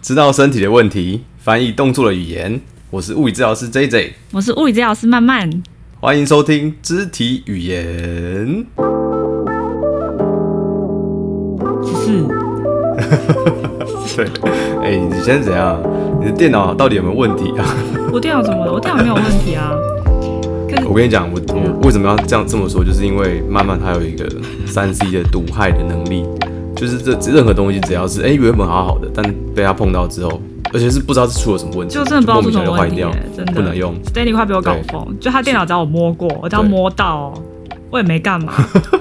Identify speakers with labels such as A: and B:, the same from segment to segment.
A: 知道身体的问题，翻译动作的语言。我是物理治疗师 J J，
B: 我是物理治疗师曼曼。
A: 欢迎收听肢体语言。
B: 只是
A: 对，哎、你现在怎样？你的电脑到底有没有问题 啊？
B: 我电脑怎么了？我电脑没有问题啊。可是
A: 我跟你讲，我我为什么要这样这么说，就是因为慢慢它有一个三 C 的毒害的能力，就是这任何东西只要是哎、原本好好的，但被它碰到之后，而且是不知道是出了什么问题，
B: 就真的不知道
A: 莫
B: 出
A: 名其
B: 什
A: 妙
B: 么
A: 就坏
B: 问题、
A: 掉
B: 欸，真的
A: 不能用。
B: Stanley 快被我搞疯，就他电脑只要我摸过，我只要
A: 对
B: 摸到哦，我也没干 嘛，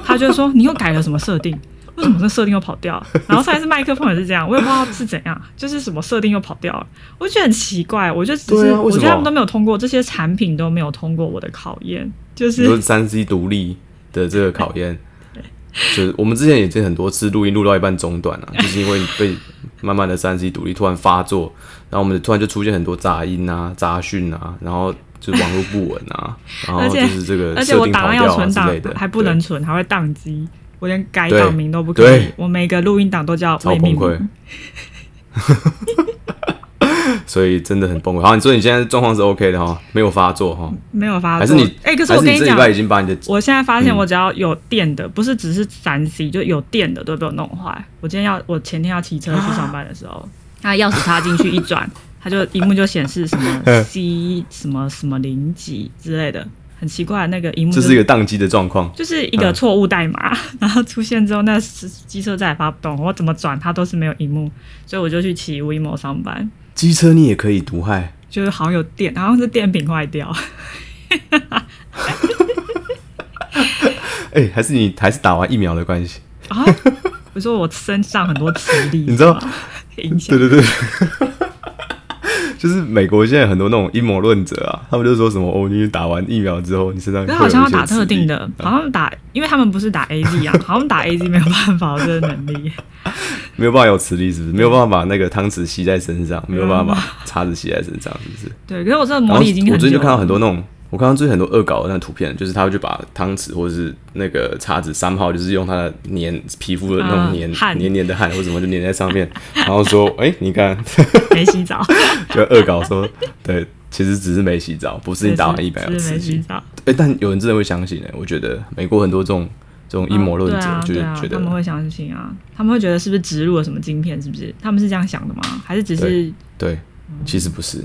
B: 他就会说你又改了什么设定？为什么这设定又跑掉？ 然后上一次麦克风也是这样，我也不知道是怎样，就是什么设定又跑掉了，我就觉得很奇怪。我就只
A: 对
B: 是，
A: 啊为
B: 我
A: 什么
B: 觉得他们都没有通过这些产品都没有通过我的考验，就
A: 就是是三 C 独立的这个考验。就是我们之前也见很多次录音录到一半中断 了、就是因为你被慢慢的三 C 独立突然发作，然后我们突然就出现很多杂音啊、杂讯啊，然后就是网络不稳 啊，然后
B: 而且
A: 就是这个
B: 而且
A: 设
B: 我
A: 定
B: 档
A: 跑
B: 案要
A: 掉啊
B: 存
A: 之
B: 档
A: 类的，
B: 还不能存，还会宕机，我连改档名都不
A: 对
B: 可以
A: 对，
B: 我每个录音档都叫
A: 对超
B: 未
A: 崩
B: 命
A: 溃
B: 名。。
A: 所以真的很崩溃。好，你所以你现在状况是 OK 的哈，没有发作哈，
B: 没有发
A: 还
B: 作。
A: 是你
B: 哎、可是
A: 还
B: 我
A: 是
B: 跟
A: 你这礼
B: 讲，
A: 拜已嗯经把你的
B: 我现在发现我只要有电的，不是只是三 C，就有电的都会被我弄坏。我今天要，我前天要骑车去上班的时候，那钥匙插进去一转，它就荧幕就显示什 么 C 什么什么零几之类的，很奇怪，那个荧幕
A: 这
B: 就是
A: 一个宕机的状况，
B: 就是一
A: 嗯
B: 个错误代码， 然后出现之后，那机车再也发不动，我怎么转它都是没有荧幕，所以我就去骑 WeMo 上班，
A: 机车你也可以毒害。
B: 就是好像有电，好像是电瓶坏掉。
A: 哎、还是你还是打完疫苗的关系？
B: 啊！我说我身上很多磁力，
A: 你知道
B: 是吗影响
A: 对对 对，就是美国现在很多那种阴谋论者啊，他们就说什么哦，你打完疫苗之后，你身上
B: 可是
A: 会
B: 好
A: 有
B: 像要
A: 一些
B: 打特
A: 磁力嗯
B: 定的，好像打，因为他们不是打 A Z 啊，好像打 A Z 没有办法有这个能力。
A: 没有办法有磁力，是不是？没有办法把那个汤匙吸在身上，没有办法把叉子吸在身上，是不是？
B: 对，可是我这个
A: 然
B: 嗯魔
A: 后
B: 力已经
A: 我
B: 很久
A: 最近就看到
B: 了，
A: 很多那种，我看到最近很多恶搞的那图片，就是他会去把汤匙或者是那个叉子三号，就是用它的粘皮肤的那种
B: 嗯
A: 粘、
B: 汗
A: 黏黏的汗或什么就粘在上面，然后 说，哎、你看，
B: 没洗澡，
A: 就恶搞说，对，其实只是没洗澡，不是你打完疫苗有
B: 是是
A: 刺
B: 没
A: 激
B: 洗。澡。
A: 哎、但有人真的会相信呢、我觉得美国很多这种这种阴谋论者，
B: 哦
A: 就是
B: 对啊
A: 觉
B: 对
A: 得
B: 啊，他们会相信啊，他们会觉得是不是植入了什么晶片，是不是？他们是这样想的吗？还是只是
A: 对，
B: 嗯
A: 其实不是，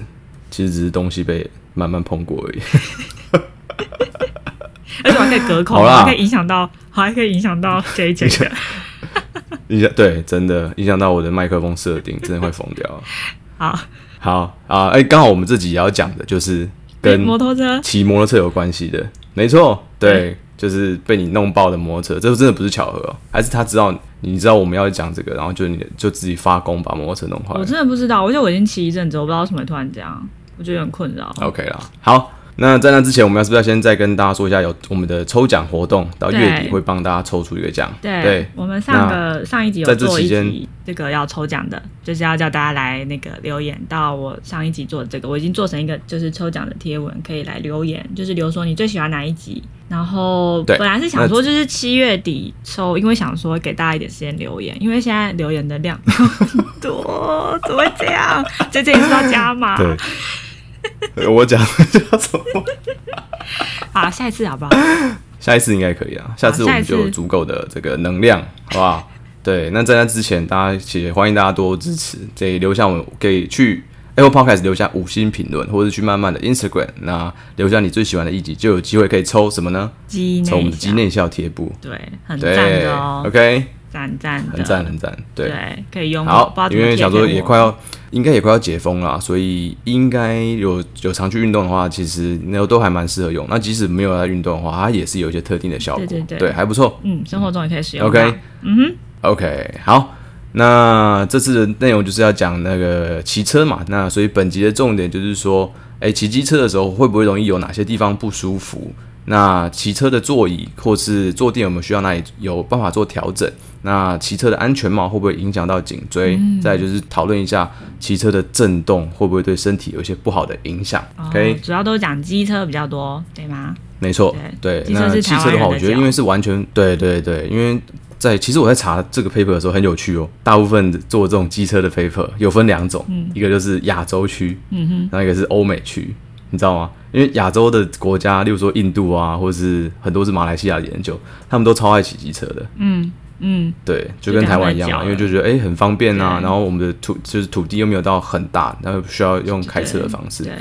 A: 其实只是东西被慢慢碰过而已。
B: 而且我还可以隔空，
A: 好啦
B: 还可以影响到，还可以影 响到 J J 的。
A: 影响对，真的影响到我的麦克风设定，真的会疯掉。
B: 好，
A: 好啊，哎、刚好我们自己也要讲的就是跟
B: 哎摩托车
A: 骑摩托车有关系的，没错，
B: 嗯
A: 对，就是被你弄爆的摩托车，这真的不是巧合、哦，还是他知道你知道我们要讲这个，然后就你就自己发功把摩托车弄坏
B: 我
A: 了
B: 真的不知道，而且我已经骑一阵子，我不知道为什么会突然这样，我觉得有点困扰。
A: ，OK 啦，好。那在那之前，我们要是不是要先再跟大家说一下，有我们的抽奖活动，到月底
B: 对
A: 会帮大家抽出一个奖。
B: 对，
A: 对，
B: 我们上个上一集
A: 在
B: 有
A: 这
B: 做
A: 期
B: 一
A: 间
B: 集这个要抽奖的，就是要叫大家来那个留言到我上一集做的这个，我已经做成一个就是抽奖的贴文，可以来留言，就是留说你最喜欢哪一集。然后
A: 对
B: 本来是想说就是七月底抽，因为想说给大家一点时间留言，因为现在留言的量 很多，怎么会这样？这这也是要加码。
A: 对，我讲 叫什么？
B: 好，啊下一次好不好？
A: 下一次应该可以啊，下次我
B: 下
A: 们
B: 一次
A: 就有足够的这个能 量，好不好？对，那在那之前，大家也欢迎大家多支持，这留下我们可以去 Apple Podcast 留下五星评论，或者去慢慢的 Instagram，那留下你最喜欢的一集，就有机会可以抽什么呢？
B: 鸡
A: 抽我
B: 内
A: 们的
B: 小
A: 鸡内笑贴布，
B: 对，很赞
A: 对
B: 的哦，
A: ，OK，
B: 赞赞的，
A: 很赞很赞，对。
B: 对，可以用。
A: 好
B: 不知道，怎
A: 因
B: 么
A: 为
B: 贴
A: 想说
B: 给
A: 也
B: 我
A: 快要，应该也快要解封了，所以应该有有常去运动的话，其实那都还蛮适合用。那即使没有在运动的话，它也是有一些特定的效果，
B: 对对对
A: 还不错。
B: 嗯，生活中也可以使用。
A: OK
B: 嗯哼，
A: OK，好，那这次的内容就是要讲那个骑车嘛，那所以本集的重点就是说，哎、骑机车的时候会不会容易有哪些地方不舒服？那骑车的座椅或是坐垫，我们需要哪里有办法做调整？那骑车的安全帽会不会影响到颈椎？再来就是讨论一下骑车的震动会不会对身体有一些不好的影响
B: 哦
A: ？OK，、
B: 主要都讲机车比较多，对吗？
A: 没错，对
B: 对，机车
A: 那
B: 是
A: 汽
B: 台湾
A: 车的
B: 人
A: 话，
B: 的
A: 我觉得
B: 脚
A: 因为是完全对对对，因为在其实我在查这个 paper 的时候很有趣哦，大部分做这种机车的 paper 有分两种，
B: 嗯
A: 一个就是亚洲区，嗯哼，然后一个是欧美区，你知道吗？因为亚洲的国家，例如说印度啊，或者是很多是马来西亚的研究，他们都超爱骑机车的，
B: 嗯嗯，
A: 对，就
B: 就
A: 跟
B: 跟
A: 台
B: 他
A: 湾
B: 们
A: 一样嘛，
B: 讲
A: 因为
B: 了
A: 就觉得哎、诶很方便啊，
B: 对
A: 然后我们的土就是土地又没有到很大，然后需要用开车的方式，
B: 对，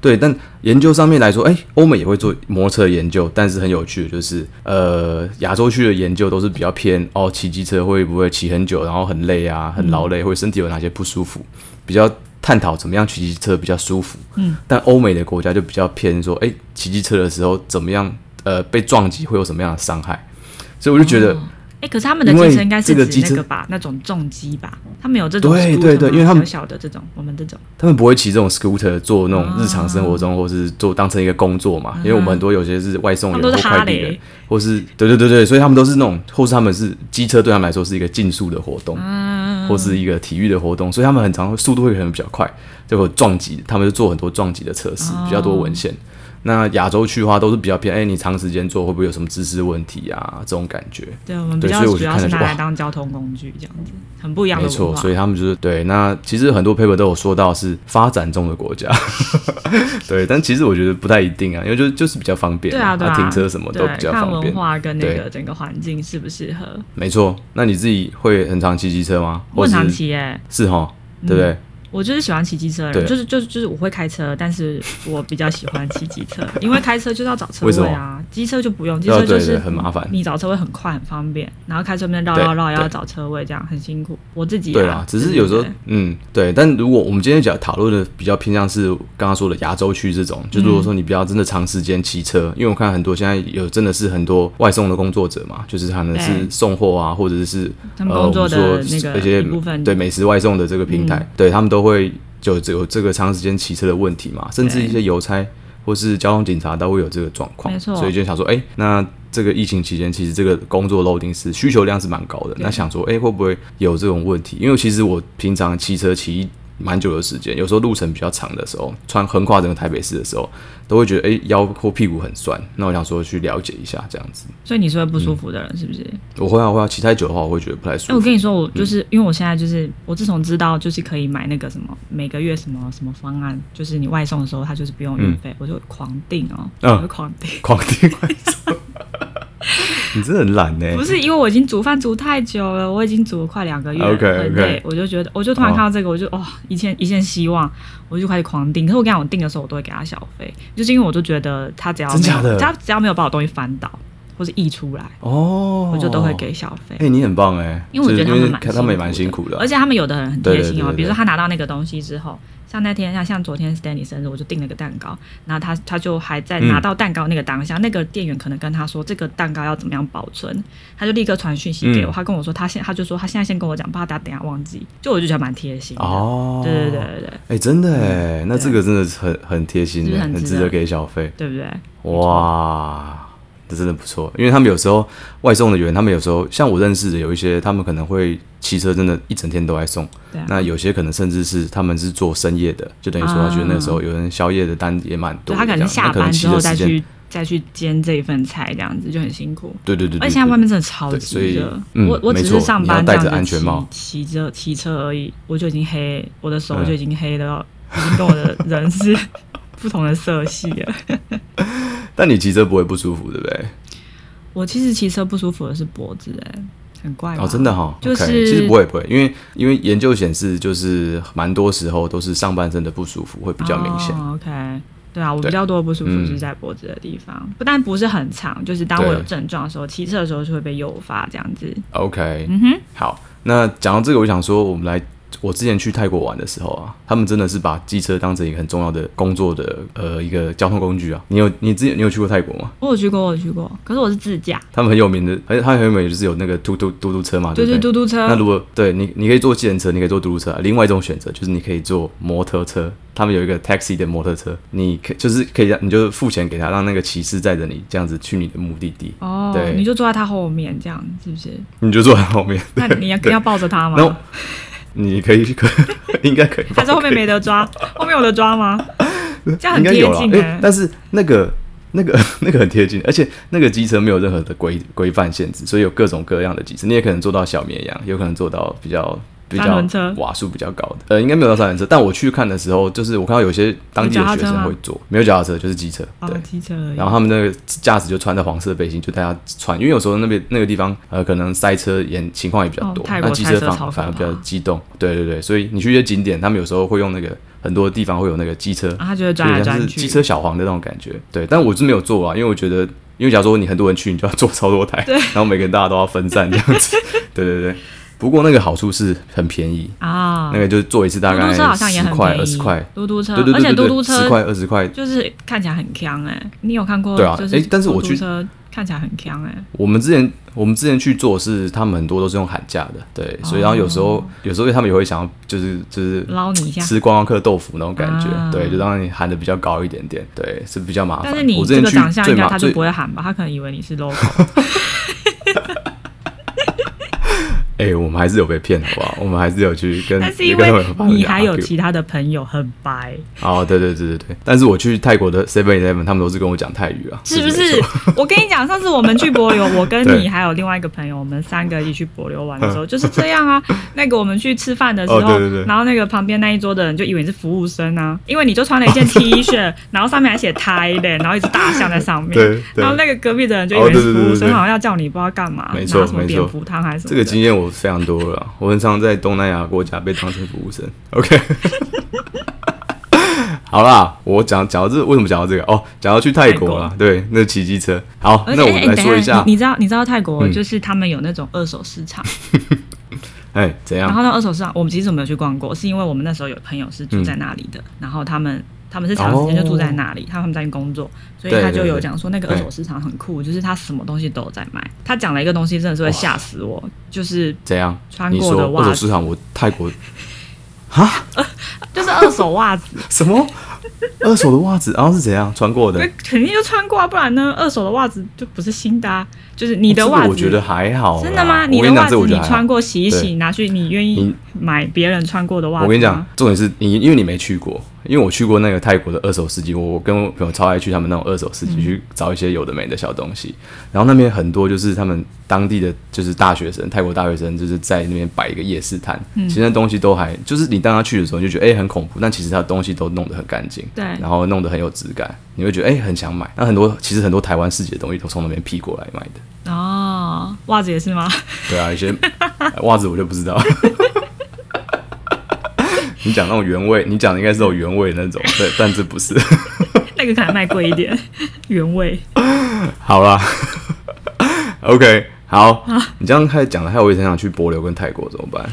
A: 对，但研究上面来说，哎、欧美也会做摩托车的研究，但是很有趣的就是，呃，亚洲区的研究都是比较偏哦，骑机车会不会骑很久，然后很累啊，很劳累，或者身体有哪些不舒服，比较探讨怎么样骑机车比较舒服。嗯，但欧美的国家就比较偏说，哎、骑机车的时候怎么样，呃，被撞击会有什么样的伤害，所以我就觉得。
B: 哎、可是他们的
A: 因为
B: 机车应该是
A: 这个
B: 指
A: 机
B: 那
A: 车
B: 个吧，那种重机吧，他们有这种
A: 对
B: scooter
A: 对对
B: 吗
A: 因为他们
B: 小小的这种，我们这种
A: 他们不会骑这种 scooter 做那种日常生活中，或是做当成一个工作嘛？因为我们很多有些是外送员
B: 嗯他
A: 或
B: 们都是
A: 快递
B: 哈
A: 人
B: 雷，
A: 或是对对对对，所以他们都是那种，或是他们是机车对他们来说是一个竞速的活动，
B: 嗯
A: 或是一个体育的活动，所以他们很常速度会可能比较快，就有撞击，他们就做很多撞击的测试，
B: 哦
A: 比较多文献。那亚洲区的话都是比较偏，哎、你长时间做会不会有什么姿势问题啊？这种感觉。
B: 对，我们
A: 对
B: 比较
A: 所以我
B: 主
A: 就
B: 要
A: 看
B: 是
A: 了就
B: 拿来
A: 哇
B: 当交通工具这样子，很不一样的
A: 没
B: 文
A: 错，
B: 化。
A: 所以他们就是对。那其实很多 paper 都有说到是发展中的国家， 对，但其实我觉得不太一定啊，因为就就是比较方便
B: 对
A: 嘛，
B: 啊，对啊，
A: 停车什么都
B: 对
A: 比较
B: 看
A: 方
B: 文
A: 便。
B: 化跟那
A: 对
B: 个整个环境适不适合。
A: 没错，那你自己会很常骑机车吗？
B: 我
A: 或
B: 很常
A: 是
B: 骑嗯耶、
A: 是哈，对不对？
B: 我就是喜欢骑机车的
A: 对
B: 人，就是就是就是我会开车，但是我比较喜欢骑机车，因为开车就是要找车
A: 为什么
B: 位啊，机车就不用，机
A: 哦
B: 车
A: 对
B: 就是
A: 对很麻烦
B: 你找车位很快很方便，然后开车那边绕
A: 对
B: 绕绕要
A: 对
B: 找车位，这样很辛苦。我自己
A: 对
B: 啊
A: 啦，，只是有时候
B: 对对，
A: 嗯，对。但如果我们今天讲讨论的比较偏向是刚刚说的亚洲区这种，就如
B: 嗯
A: 果说你比较真的长时间骑车，因为我看很多现在有真的是很多外送的工作者嘛，就是可能是
B: 对
A: 送货啊，或者是
B: 他们
A: 呃
B: 工作的
A: 我们说
B: 那个
A: 一些
B: 一部分嗯
A: 对美食外送的这个平台，对他们都会有有这个长时间骑车的问题嘛，甚至一些邮差或是交通警察都会有这个状况，
B: 没错
A: 所以就想说，哎、那这个疫情期间，其实这个工作 loading 是需求量是蛮高的，那想说，哎、会不会有这种问题？因为其实我平常骑车骑。蛮久的时间，有时候路程比较长的时候，穿横跨整个台北市的时候，都会觉得哎、腰或屁股很酸。那我想说去了解一下这样子。
B: 所以你是会不舒服的人是不是？
A: 我会啊会啊，骑太久的话我会觉得不太舒
B: 哎、
A: 服。
B: 我跟你说，我
A: 嗯
B: 就是、因为我现在就是，我自从知道就是可以买那个什么每个月什么什么方案，就是你外送的时候，它就是不用运费，我就狂订哦，
A: 嗯
B: 我就狂订。
A: 狂订外送， 你真的很懒呢、
B: 不是因为我已经煮饭煮太久了，我已经煮了快两个月
A: OK，OK
B: 很累，我就觉得，我就突然
A: 哦
B: 看到这个，我就哇、一线一线希望，我就开始狂订。可是我跟你讲，我订的时候我都会给他小费，就是因为我就觉得他只要
A: 真
B: 没
A: 假的
B: 有他只要没有把我东西翻倒或是溢出来，
A: 哦，
B: 我就都会给。小费。
A: 哎、你很棒哎、
B: 因为我觉得
A: 就是因
B: 他们
A: 为
B: 蛮
A: 看他们也蛮辛苦的啊、
B: 而且他们有的人很
A: 对
B: 贴
A: 对
B: 心哦
A: 对，对
B: 比如说他拿到那个东西之后，像那天像像昨天 Stanley 生日，我就订了个蛋糕，然后他他就还在
A: 嗯
B: 拿到蛋糕那个当下，那个店员可能跟他说这个蛋糕要怎么样保存，他就立刻传讯息给我，
A: 嗯
B: 他跟我说他现他就说他现在先跟我讲，怕他等一下忘记，就我就觉得蛮贴心的。
A: 哦，
B: 对对对对对，
A: 哎、真的哎、那这个真的是很很贴心
B: 嗯啊就
A: 的，
B: 是很
A: 很
B: 值
A: 值
B: 得
A: 得给小费。
B: 对不对？
A: 哇，这真的不错，因为他们有时候外送的员，他们有时候像我认识的有一些，他们可能会骑车，真的一整天都在送。
B: 对啊
A: 那有些可能甚至是他们是做深夜的，就等于说他觉得那时候有人宵夜的单也蛮
B: 就
A: 多的这样，
B: 啊他可能下
A: 那
B: 班
A: 骑
B: 之
A: 的
B: 后
A: 时
B: 再
A: 间
B: 去再去煎这一份菜，这样子就很辛苦。
A: 对对对对
B: 而且现在
A: 对
B: 外面真的超
A: 对所以
B: 级热，
A: 嗯
B: 我我
A: 没
B: 只
A: 错
B: 是上
A: 你要
B: 班这
A: 戴
B: 样
A: 着
B: 子
A: 安全帽嗯
B: 骑骑着骑车而已，我就已经黑，我的手就已经黑了，已经跟我的人是 不同的色系了。
A: 但你骑车不会不舒服，对不
B: 啊
A: 对？
B: 我其实骑车不舒服的是脖子、哎，很怪吧
A: 哦，真的哈、
B: 就
A: OK，
B: 是
A: 其实不会不会，因为因为研究显示，就是蛮多时候都是上半身的不舒服会比较明显。
B: 哦 OK，对啊，我
A: 对
B: 比较多的不舒服
A: 嗯
B: 是在脖子的地方，不但不是很长，就是当我
A: 对
B: 有症状的时候，骑车的时候是会被诱发这样子。
A: OK，
B: 嗯哼，
A: 好，那讲到这个，我想说，我们来，我之前去泰国玩的时候啊，他们真的是把机车当成一个很重要的工作的呃一个交通工具啊。你有你之前你有去过泰国吗？
B: 我有去过，我有去过，可是我是自驾，
A: 他们很有名的，很他们很有名，就是有那个嘟嘟嘟嘟车嘛，
B: 对
A: 不
B: 对，嘟嘟车啊
A: 那。如果对你，你可以坐计程车，你可以坐嘟嘟车啊。另外一种选择就是你可以坐摩托车，他们有一个 taxi 的摩托车，你可就是可以让你就付钱给他，让那个骑士载着你这样子去你的目的地，
B: 哦
A: 对，
B: 你就坐在他后面这样，是不是？
A: 你就坐在后面。
B: 那你要要抱着他
A: 然后
B: 吗？
A: 你可以可 应该可以吧，
B: 还是后面没得抓？后面有得抓吗？这样很
A: 应该
B: 贴
A: 有啦
B: 近
A: 诶
B: 哎、
A: 但是那个那个 那个很贴近，而且那个机车没有任何的规规范限制，所以有各种各样的机车，你也可能做到小绵羊，有可能做到比较比
B: 三
A: 较
B: 轮车
A: 瓦数比较高的，呃，应该没有到三轮车，但我去看的时候，就是我看到有些当地的学
B: 有脚踏车
A: 生
B: 吗
A: 会做，没有脚踏车就是机车，对。
B: 哦，机车而已。
A: 然后他们那个驾驶就穿着黄色背心，就大家穿，因为有时候那边那个地方呃可能塞车严情况也比较多
B: 哦，泰
A: 那
B: 国
A: 机
B: 塞
A: 车
B: 车超
A: 反
B: 啊可
A: 反而比较
B: 怕
A: 激动，对对对，所以你去一些景点，他们有时候会用那个很多地方会有那个机车，
B: 啊他就会
A: 就
B: 转来
A: 有点像
B: 转
A: 是
B: 去。
A: 机车小黄的那种感觉，对，但我是没有做啊，因为我觉得。因为假如说你很多人去，你就要做超多台，然后每个人大家都要分散这样 子，对对对。不过那个好处是很便宜，
B: 啊，
A: 那个就是坐一次大
B: 嘟嘟
A: 概
B: 车好像也
A: 十
B: 很便宜，
A: 块二十块，
B: 嘟嘟车，
A: 对对
B: 而
A: 对
B: 且
A: 对
B: 嘟嘟
A: 对，十
B: 车
A: 块二十块
B: 就是看起来很强哎、你有看过？
A: 对啊
B: 就是
A: 诶但是我去
B: 嘟嘟车看起来很强哎、
A: 我们之前我们之前去做是，他们很多都是用喊价的，对，所以然后有时候、有时候他们也会想要就是就是
B: 哦捞你一下。
A: 吃观光客豆腐那种感觉，
B: 啊
A: 对，就让你喊的比较高一点点，对，是比较麻烦。
B: 但是你
A: 啊我之
B: 这
A: 前
B: 个
A: 去
B: 长相
A: 最
B: 应该
A: 麻
B: 他就
A: 最
B: 不会喊吧？他可能以为你是 local，
A: 哎、我们还是有被骗，好不好？我们还是有去跟，
B: 但是因
A: 跟
B: 为
A: 他们
B: 你还有
A: argue
B: 其他的朋友很白，
A: 哦，对对对对对，但是我去泰国的 Seven Eleven，他们都是跟我讲泰语啊，
B: 是不
A: 没
B: 是
A: 错？
B: 我跟你讲，上次我们去柏流，我跟
A: 对嗯
B: 你还有另外一个朋友，我们三个一起去柏流玩的时候，就是这 样啊。那个我们去吃饭的时候，
A: 哦对对对
B: 然后那个旁边那一桌的人就以为你是服务生啊，因为你就穿了一 件 T 恤，然后上面还写 Thailand，然后一只大象在上面。
A: 对对
B: 然后那个隔壁的人就以为你是服
A: 哦对
B: 务生，
A: 对对对
B: 好像要叫你不知道干嘛，
A: 没错
B: 拿什么
A: 没错
B: 蝙蝠汤还是什么
A: 这
B: 的。
A: 个经验我非常多了啊，我很常在东南亚国家被当成服务生。OK，好啦，我讲讲到这，为什么讲到这个？哦，讲到去泰国啦，对，那骑机车。好，
B: 而且
A: 那我
B: 哎
A: 们来
B: 等
A: 说一
B: 下
A: 下
B: 你，你知道你知道泰国
A: 嗯
B: 就是他们有那种二手市场，
A: 哎，怎
B: 然
A: 样？
B: 后那二手市场，我们其实没有去逛过，是因为我们那时候有朋友是住在那里的，
A: 嗯
B: 然后他们他们是长时间就住在那里，他们在那边工作，所以
A: 哦对
B: 他就
A: 对
B: 有
A: 对
B: 讲说那个二手市场很酷，就是他什么东西都有在卖。他讲了一个东西真的是会吓死我，就是
A: 怎样？
B: 穿
A: 你
B: 过
A: 说
B: 的袜
A: 二
B: 子
A: 手市场，我泰国
B: 就是二手 袜子，
A: 什么二手的袜子，然后是怎样穿过的
B: 那？肯定就穿过啊，不然呢，二手的袜子就不是新的、啊，就是你的
A: 这个
B: 袜子。
A: 我觉得还好啦。
B: 真的吗？
A: 我
B: 你
A: 跟
B: 的
A: 你讲，这
B: 袜子
A: 个我觉
B: 你
A: 得还好
B: 穿过洗一洗，拿去你愿意
A: 你
B: 买别人穿过的袜子吗？
A: 我跟你讲，重点是你，因为你没去过，因为我去过那个泰国的二手市集，我我跟我朋友超爱去他们那种二手市集、去找一些有的没的小东西。然后那边很多就是他们当地的就是大学生，泰国大学生就是在那边摆一个夜市摊，其实那东西都还就是你当他去的时候你就觉得哎、很恐怖，但其实他的东西都弄得很干净，
B: 对
A: 然后弄得很有质感，你会觉得哎、很想买。那很多其实很多台湾市集的东西都从那边批过来买的，
B: 哦，袜子也是吗？
A: 对啊，一些袜子我就不知道。 你讲那种原味，你讲的应该是有原味的那种，对，但这不是。
B: 那个可能卖贵一点，原味。
A: 好啦，OK，好，你这样开始讲了，害我也很想去帛琉跟泰国怎么办？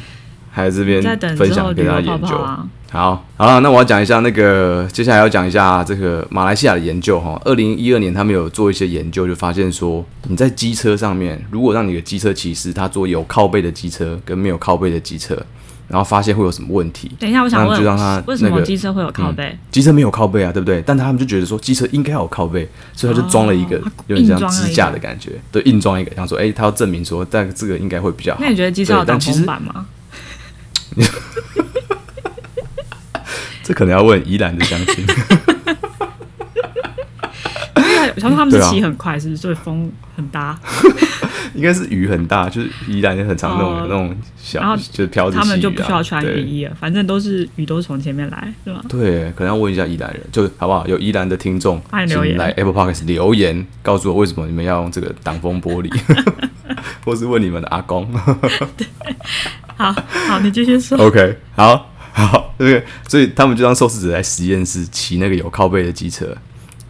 A: 还在这边
B: 在等
A: 分
B: 之后
A: 享给
B: 旅
A: 大家
B: 游
A: 研
B: 泡
A: 究。
B: 泡啊，
A: 好，好了，那我要讲一下那个，接下来要讲一下这个马来西亚的研究哈。二零一二年他们有做一些研究，就发现说你在机车上面，如果让你的机车骑士他坐有靠背的机车跟没有靠背的机车，然后发现会有什么问题。
B: 等一下，我想
A: 那
B: 问，
A: 就让他
B: 为什
A: 那
B: 么
A: 个嗯
B: 机车会有靠背？
A: 机车没有靠背啊，对不对？但他们就觉得说机车应该要有靠背，所以他就装了一个、
B: 哦
A: 有点
B: 硬
A: 像
B: 装了一
A: 支
B: 个
A: 架的感觉，对，硬装一个，想说，哎、他要证明说，但这个应该会比较好。
B: 那你觉得机车
A: 对
B: 有挡
A: 但其实
B: 风板吗？
A: 这可能要问宜兰的乡亲。
B: 因为他们他们
A: 对啊
B: 是骑很快，是不是？所以风很大，
A: 应该是雨很大，就是宜兰也很常那种、
B: 哦
A: 有那种小，
B: 然后
A: 啊就是飘着、细
B: 他们
A: 雨
B: 就不
A: 啊
B: 需要穿
A: 对
B: 雨衣了，反正都是雨都是从前面来，是吗？
A: 对，可能要问一下宜兰人，就好不好？有宜兰的听众，
B: 欢迎留
A: 请
B: 言
A: 来 Apple Podcast 留言，告诉我为什么你们要用这个挡风玻 璃， 或是问你们的阿公。
B: 好好，你继续说。
A: OK，好好，这个，所以他们就让受试者在实验室骑那个有靠背的机车，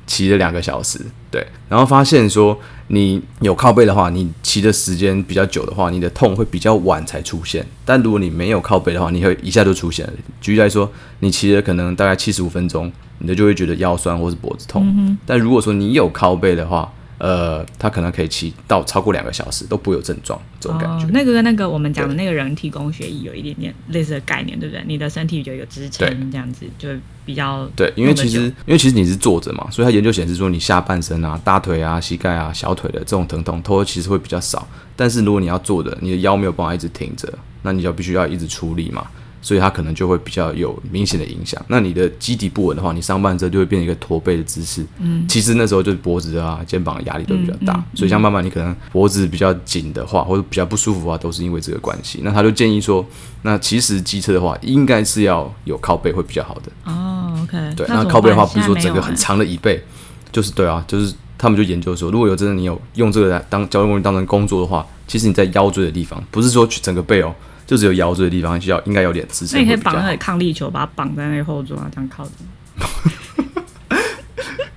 A: 骑了两个小时，对，然后发现说，你有靠背的话，你骑的时间比较久的话，你的痛会比较晚才出现；但如果你没有靠背的话，你会一下就出现了。举例来说，你骑了可能大概七十五分钟，你的就会觉得腰酸或是脖子痛；但如果说你有靠背的话，呃，它可能可以骑到超过两个小时都不会有症状，这种感觉。
B: 哦，那个跟那个我们讲的那个人体工学椅有一点点类似的概念，对不对？你的身体有一个支撑，这样子就比较
A: 对，因为
B: 用得
A: 其实
B: 久
A: 因为其实你是坐着嘛，所以他研究显示说，你下半身啊、大腿啊、膝盖啊、小腿的这种疼痛，头其实会比较少。但是如果你要坐着，你的腰没有办法一直挺着，那你就必须要一直出力嘛。所以它可能就会比较有明显的影响。那你的基底不稳的话，你上半身就会变成一个驼背的姿势。嗯，其实那时候就是脖子啊、肩膀的压力都比较大，
B: 嗯
A: 所以像慢慢你可能脖子比较紧的话，或者比较不舒服的话，都是因为这个关系。那他就建议说，那其实机车的话，应该是要有靠背会比较好的。
B: 哦，OK，
A: 对，
B: 那
A: 那
B: 怎么
A: 靠背的话
B: 办
A: 不是说
B: 现在
A: 整
B: 没
A: 个
B: 有
A: 很
B: 欸
A: 长的椅背，就是对啊，就是他们就研究说，如果有真的你有用这个来当交通工具当成工作的话，其实你在腰椎的地方，不是说去整个背哦，就只有腰椎的地方需要应该有点支撑
B: 那你可
A: 会
B: 以
A: 比较
B: 绑
A: 好。
B: 那个抗力球，把它绑在那个后座啊，这样靠着。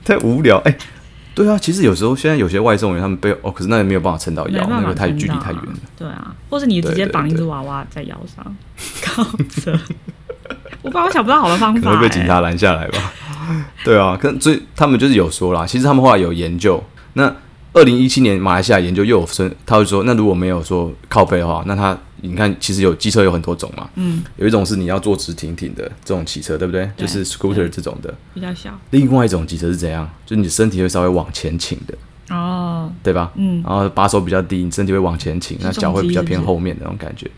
A: 太无聊哎、对啊，其实有时候现在有些外送员他们背哦，可是那也没有办法撑到
B: 没
A: 腰，
B: 办
A: 那
B: 法
A: 个太距离
B: 撑到
A: 太远
B: 啊
A: 了。。
B: 对啊，或是你直接绑一只娃娃在腰上， 靠着。 我不知道，我想不到好的方
A: 可
B: 法、
A: 能
B: 欸。
A: 会被警察拦下来吧。 对啊，可所以他们就是有说啦，其实他们后来有研究，那二零一七年马来西亚研究又有分，他会说，那如果没有说靠背的话，那他你看其实有机车有很多种嘛，
B: 嗯，
A: 有一种是你要坐直挺挺的这种骑车，对不对？就
B: 对
A: 是 scooter 这种的。
B: 比较小
A: 另外一种骑车是怎样？就是你身体会稍微往前倾的，
B: 哦，
A: 对吧？
B: 嗯
A: 然后把手比较低，你身体会往前倾，
B: 是
A: 那脚会比较偏
B: 重击
A: 后面的那种感觉，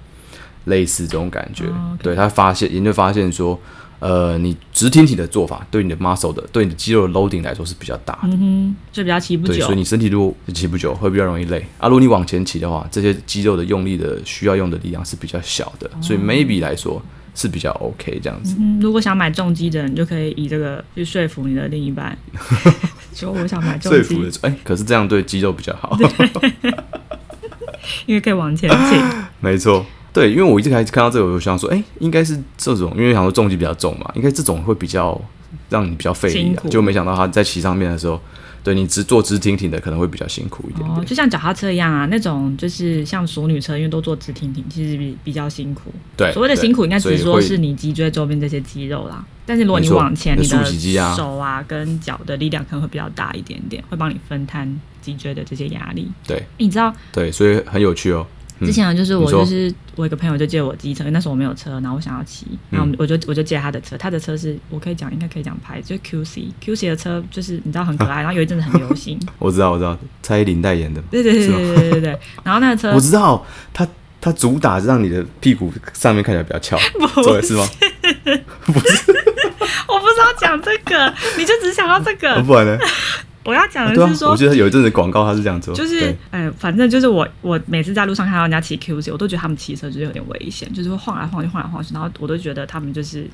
A: 类似这种感觉。
B: 哦，OK
A: 对他发现研究发现说，呃，你直挺挺的做法对你的 muscle 的对你的肌肉的 loading 来说是比较大的。
B: 嗯哼，就比较骑不
A: 对，
B: 久
A: 所以。你身体如果骑不久，会比较容易累啊。如果你往前骑的话，这些肌肉的用力的需要用的力量是比较小的，
B: 哦
A: 所以 maybe 来说是比较 OK 这样子。
B: 嗯，如果想买重机的人，你就可以以这个去说服你的另一半， 说我想嗯买重
A: 说服的，
B: 机
A: 哎、可是这样对肌肉比较 好。
B: 因为可以往前倾。
A: 没错，对，因为我一开始看到这个，我就想说，哎、应该是这种，因为想说重击比较重嘛，应该这种会比较让你比较费力、
B: 辛
A: 啊
B: 苦，
A: 就没想到他在骑上面的时候，对你直坐直挺挺的可能会比较辛苦一点
B: 哦，
A: 点。
B: 就像脚踏车一样啊，那种就是像熟女车，因为都坐直挺挺，其实比比较辛苦。
A: 对，
B: 所谓的
A: 对
B: 辛苦，应该只是说
A: 所以会
B: 是你脊椎周边这些肌肉啦。但是如果你
A: 没错
B: 往前，
A: 你
B: 你
A: 的
B: 的
A: 竖脊肌啊
B: 手啊跟脚的力量可能会比较大一点点，会帮你分摊脊椎的这些压力。
A: 对
B: 你知道
A: 对，所以很有趣哦。嗯
B: 之前啊，就是
A: 你
B: 我
A: 说
B: 就是我有一个朋友就借我机车，因为那时候我没有车，然后我想要骑，
A: 嗯
B: 然后我就我就借他的车，他的车是我可以讲应该可以讲牌子，就是 QC QC 的车就是你知道很可 爱，然后有一阵子很流行，
A: 我知道，我知道，蔡依林代 言的，
B: 对对对
A: 是吗
B: 对对对对，然后那个车
A: 我知道，他他主打是让你的屁股上面看起来比较 翘，对是吗？
B: 我不知道讲这个，你就只想到这
A: 啊
B: 个，
A: 不然呢？
B: 我要讲
A: 啊
B: 的
A: 对啊
B: 是，说
A: 我记得有一阵子广告他是这样做，
B: 就是
A: 对，
B: 嗯、反正就是我，我每次在路上看到人家骑 QC，我都觉得他们骑车就是有点危险，就是会晃来晃去，晃来晃去，然后我都觉得他们就是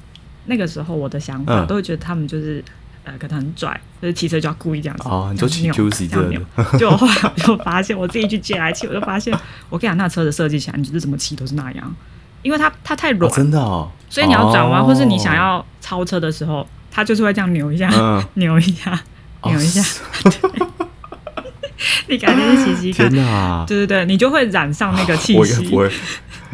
B: 那个时候我的想法，
A: 嗯
B: 都会觉得他们就是呃，可能很拽，就是骑车就要故意这样子。
A: 哦你说骑 QC
B: 这样
A: 之类
B: 扭
A: 的
B: 这样扭 就我后来我就发现，我自己去借来骑，我就发现，我跟你讲，那车的设计起来，你就是怎么骑都是那样，因为它它太
A: 哦
B: 软，
A: 真的哦，
B: 所以你要转弯、
A: 哦
B: 或是你想要超车的时候，它就是会这样扭一下，
A: 嗯
B: 扭一下，
A: 哦
B: 扭一下。你改天去骑骑 看
A: 天。哪！
B: 对对对， 你就会染上那个气
A: 我应该
B: 息
A: 不，会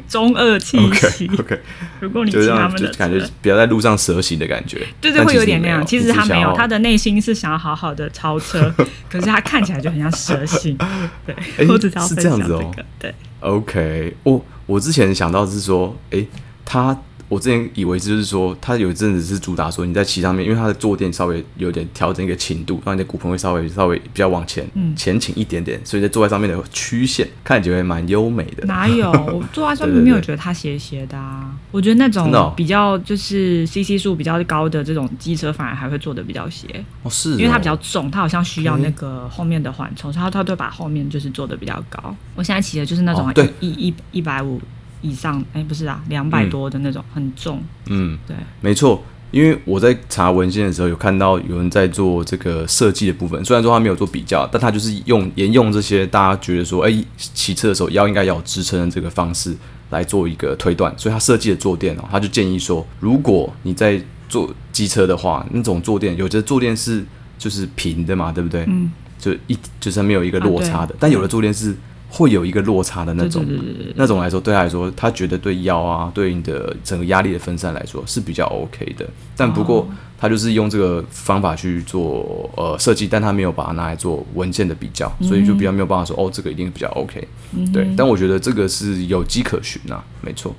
B: 中二气息。
A: ，OK OK，
B: 如 果你
A: 就
B: 骑
A: 是
B: 他
A: 让
B: 们
A: 就
B: 的车，
A: 感觉比较在路上蛇行的感觉，
B: 对对，
A: 但
B: 会
A: 其
B: 有
A: 实
B: 点那样。
A: 没
B: 其
A: 你
B: 实
A: 只
B: 他没
A: 想
B: 有，
A: 要
B: 他的内心是想要好好的 超车，可是他看起来就很像蛇形。
A: 哎
B: 对，我只是要
A: 是
B: 分
A: 这样
B: 享
A: 子
B: 这
A: 哦
B: 个。对，
A: OK，我我之前想到是说，诶，他我之前以为就是说，他有一阵子是主打说你在骑上面，因为他的坐垫稍微有点调整一个轻度，让你的骨盆会稍微稍微比较往前、
B: 嗯
A: 前倾一点点，所以在坐在上面的曲线看起来会蛮优美的。
B: 哪有？ 我坐在上面没有觉得它斜斜的啊。我觉得那
A: 真的哦
B: 种比较就是 CC 数比较高的这种机车，反而还会坐的比较斜，
A: 哦，是哦
B: 因为它比较重，它好像需要
A: OK
B: 那个后面的缓冲，所以它它对把后面就是做的比较高。我现在骑的就是那种
A: 哦对
B: 一一一百五以上，哎，不是啊，两百
A: 嗯
B: 多的那种，很重。
A: 嗯，
B: 对，
A: 没错，因为我在查文献的时候有看到有人在做这个设计的部分，虽然说他没有做比较，但他就是用沿用这些大家觉得说，哎、骑车的时候腰应该要有支撑的这个方式来做一个推断，所以他设计的坐垫哦，他就建议说，如果你在坐机车的话，那种坐垫有的坐垫是就是平的嘛，对不对？
B: 嗯，
A: 就一就是没有一个落差
B: 啊
A: 的，
B: 对
A: 但有的坐垫是会有一个落差的那
B: 对
A: 种
B: 对，对对对。
A: 那种来说，对啊他来说，他觉得对腰啊，对你的整个压力的分散来说是比较 OK 的。但不
B: 哦
A: 过他就是用这个方法去做呃设计，但他没有把它拿来做文件的比较，
B: 嗯
A: 所以就比较没有办法说哦，这个一定比较 OK。对，但我觉得这个是有迹可循啊，没错。